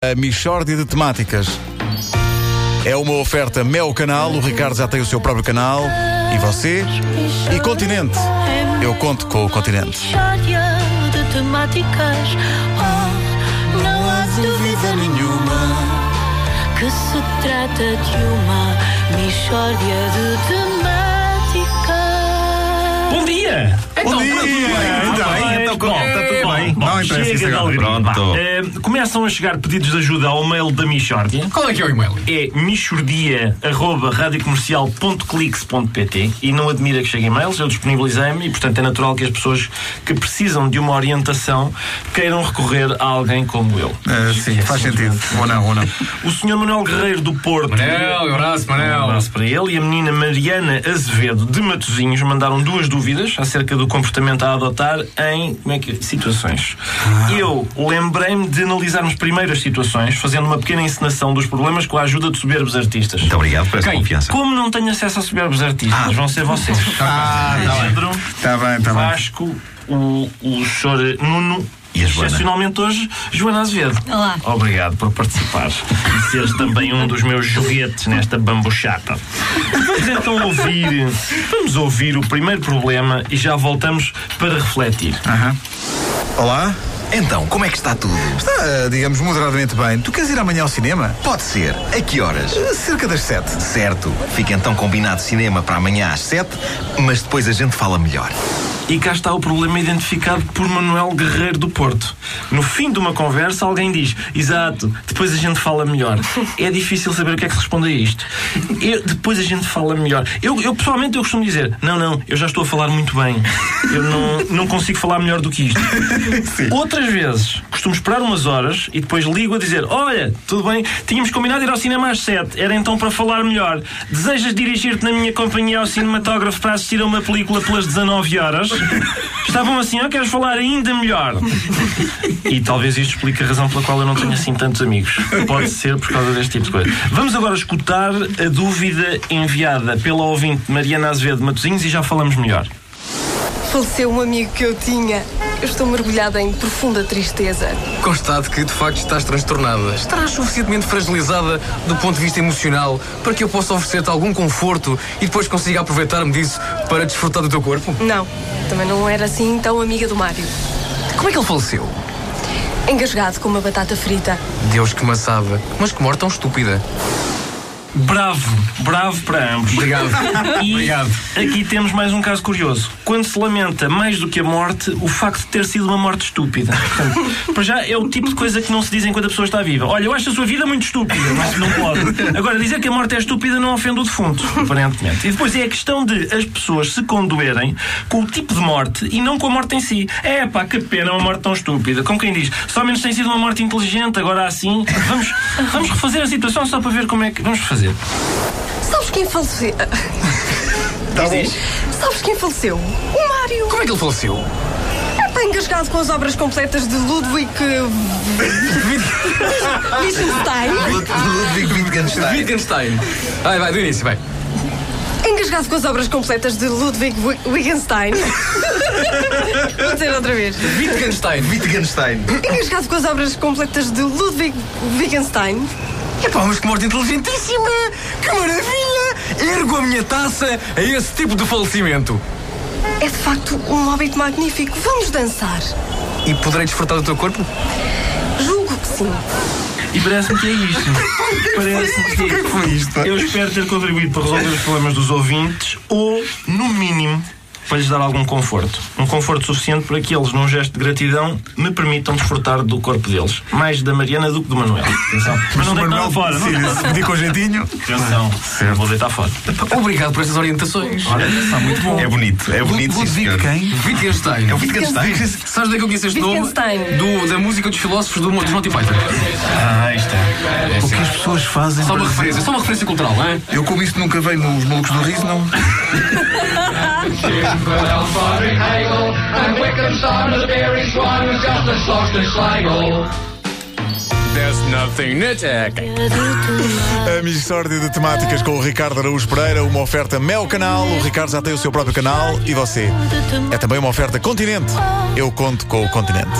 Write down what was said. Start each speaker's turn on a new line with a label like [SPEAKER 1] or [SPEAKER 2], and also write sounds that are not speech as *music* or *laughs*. [SPEAKER 1] A Michórdia de Temáticas é uma oferta Mel Canal, o Ricardo já tem o seu próprio canal, e você? E Continente. Eu conto com o Continente.
[SPEAKER 2] Michórdia de temáticas. Oh, não há dúvida nenhuma que se trata de uma Michórdia de temáticas.
[SPEAKER 3] Bom dia!
[SPEAKER 1] Bom dia!
[SPEAKER 3] Está
[SPEAKER 1] Então,
[SPEAKER 3] bem?
[SPEAKER 4] então,
[SPEAKER 3] Bom,
[SPEAKER 4] como?
[SPEAKER 3] está
[SPEAKER 4] Está tudo bem?
[SPEAKER 3] Bom,
[SPEAKER 4] Não interessa, isso
[SPEAKER 3] chega de
[SPEAKER 4] agora.
[SPEAKER 3] alegria.
[SPEAKER 4] Pronto.
[SPEAKER 3] Vá, eh, começam a chegar pedidos de ajuda ao mail da Michórdia.
[SPEAKER 5] Qual é que é o e-mail?
[SPEAKER 3] É michordia.radiocomercial.clix.pt e não admira que cheguem e-mails, eu disponibilizei-me e, portanto, é natural que as pessoas que precisam de uma orientação queiram recorrer a alguém como eu.
[SPEAKER 6] Eh,
[SPEAKER 4] Ah, sim, faz sentido. Ou não, ou não.
[SPEAKER 3] O Sr. Manuel Guerreiro do Porto.
[SPEAKER 5] Manel, abraço,
[SPEAKER 3] Um
[SPEAKER 5] Manel.
[SPEAKER 3] abraço para ele. E a menina Mariana Azevedo de Matozinhos mandaram duas dúvidas acerca do comportamento a adotar em como é que, é? situações. Eu lembrei-me de analisarmos primeiro as situações, fazendo uma pequena encenação dos problemas com a ajuda de soberbos artistas.
[SPEAKER 4] Muito obrigado por essa
[SPEAKER 5] Quem?
[SPEAKER 4] confiança.
[SPEAKER 3] Como não tenho acesso a soberbos artistas, vão ser vocês.
[SPEAKER 4] *laughs*
[SPEAKER 3] Tá
[SPEAKER 4] Está Ah,
[SPEAKER 3] Pedro,
[SPEAKER 4] tá bem, está bem.
[SPEAKER 3] Vasco, o, o Sr. Nuno.
[SPEAKER 4] E a Joana?
[SPEAKER 3] Excepcionalmente hoje, Joana Azevedo.
[SPEAKER 2] Olá.
[SPEAKER 3] Obrigado por participar e seres também um dos meus joguetes nesta bambuchata. Vamos então ouvir, vamos ouvir o primeiro problema e já voltamos para refletir.
[SPEAKER 4] Aham.
[SPEAKER 1] Olá?
[SPEAKER 6] Então, como é que está tudo?
[SPEAKER 1] Está, tá, digamos, moderadamente bem. Tu queres ir amanhã ao cinema?
[SPEAKER 6] Pode ser. A que horas?
[SPEAKER 1] Eh, Cerca das sete.
[SPEAKER 6] Certo. Fica então combinado cinema para amanhã às 7, mas depois a gente fala melhor.
[SPEAKER 3] E cá está o problema identificado por Manuel Guerreiro do Porto. No fim de uma conversa, alguém diz: Exato, depois a gente fala melhor. É difícil saber o que é que se responde a isto. Eu- depois a gente fala melhor. Eu, eu, pessoalmente eu costumo dizer: Não, não, eu já estou a falar muito bem. Eu não, não consigo falar melhor do que isto. Outras vezes, costumo esperar umas horas e depois ligo a dizer: Olha, tudo bem, tínhamos combinado ir ao cinema às 7, era então para falar melhor. Desejas dirigir-te na minha companhia ao cinematógrafo para assistir a uma película pelas 19 horas? Estavam assim, eu queres falar ainda melhor. E talvez isto explique a razão pela qual eu não tenho assim tantos amigos. Pode ser por causa deste tipo de coisa. Vamos agora escutar a dúvida enviada pela ouvinte Mariana Azevedo de Matosinhos e já falamos melhor.
[SPEAKER 7] Faleceu um amigo que eu tinha. Eu estou mergulhada em profunda tristeza.
[SPEAKER 5] Constato que de facto estás transtornada. Estarás suficientemente fragilizada do ponto de vista emocional para que eu possa oferecer-te algum conforto e depois consiga aproveitar-me disso para desfrutar do teu corpo?
[SPEAKER 7] Não, também não era assim tão amiga do Mário.
[SPEAKER 5] Como é que ele faleceu?
[SPEAKER 7] Engasgado com uma batata frita.
[SPEAKER 5] Deus que maçava. Mas que morte tão estúpida.
[SPEAKER 3] Bravo, bravo para ambos.
[SPEAKER 5] Obrigado.
[SPEAKER 3] *laughs* E
[SPEAKER 5] Obrigado.
[SPEAKER 3] aqui temos mais um caso curioso. Quando se lamenta mais do que a morte, o facto de ter sido uma morte estúpida. Portanto, para já é o tipo de coisa que não se diz enquanto a pessoa está viva. Olha, eu acho a sua vida muito estúpida, mas não pode. Agora, dizer que a morte é estúpida não ofende o defunto, aparentemente. E depois é a questão de as pessoas se condoerem com o tipo de morte e não com a morte em si. É pá, que pena uma morte tão estúpida. Como quem diz, só menos tem sido uma morte inteligente, agora assim. Vamos, vamos refazer a situação só para ver como é que. Vamos fazer.
[SPEAKER 7] Sabes quem faleceu? Sabes quem faleceu? O Mário.
[SPEAKER 5] Como é que ele faleceu?
[SPEAKER 7] Está engasgado com as obras completas de Ludwig. eh, Wittgenstein.
[SPEAKER 6] Ludwig Wittgenstein.
[SPEAKER 5] Wittgenstein. Vai, vai, do início, vai.
[SPEAKER 7] Engasgado com as obras completas de Ludwig Wi- Wittgenstein. Vou dizer outra vez.
[SPEAKER 5] Wittgenstein.
[SPEAKER 6] Wittgenstein.
[SPEAKER 7] Engasgado com as obras completas de Ludwig Wittgenstein.
[SPEAKER 5] Epá, mas que morte inteligentíssima! Que maravilha! Ergo a minha taça a esse tipo de falecimento.
[SPEAKER 7] É de facto um hábito magnífico. Vamos dançar.
[SPEAKER 5] E poderei desfrutar do teu corpo?
[SPEAKER 7] Julgo que sim.
[SPEAKER 3] E parece-me que
[SPEAKER 4] *laughs*
[SPEAKER 3] é isto. Parece-me que é
[SPEAKER 4] Foi isto.
[SPEAKER 3] Eu espero ter contribuído para resolver os problemas dos ouvintes ou, no mínimo, para lhes dar algum conforto. Um conforto suficiente para que eles, num gesto de gratidão, me permitam desfrutar do corpo deles. Mais da Mariana do que do Manuel. Atenção. Mas não deitar
[SPEAKER 4] Manuel,
[SPEAKER 3] fora, não
[SPEAKER 4] sim,
[SPEAKER 3] deitar
[SPEAKER 4] pedir com jeitinho.
[SPEAKER 3] Atenção, vou deitar fora.
[SPEAKER 5] Obrigado por estas orientações.
[SPEAKER 3] Está muito bom.
[SPEAKER 4] É bonito, é bonito, sim,
[SPEAKER 6] Ludwig
[SPEAKER 4] senhor.
[SPEAKER 6] quem?
[SPEAKER 5] Wittgenstein.
[SPEAKER 6] É o Wittgenstein.
[SPEAKER 5] Sabes onde é que eu conheço este nome?
[SPEAKER 7] Wittgenstein.
[SPEAKER 5] Do, da música dos filósofos do, dos Monty Python.
[SPEAKER 3] Ah, isto é.
[SPEAKER 5] É
[SPEAKER 6] O que as pessoas fazem?
[SPEAKER 5] só uma referência, só uma referência cultural, não é?
[SPEAKER 4] Eu como isto nunca veio nos malucos do riso, não.
[SPEAKER 5] There's nothing in it.
[SPEAKER 4] É,
[SPEAKER 1] A Michórdia de Temáticas com o Ricardo Araújo Pereira, uma oferta Mel Canal, o Ricardo É já tem o seu próprio canal, e você? É também uma oferta Continente. Eu conto com o Continente.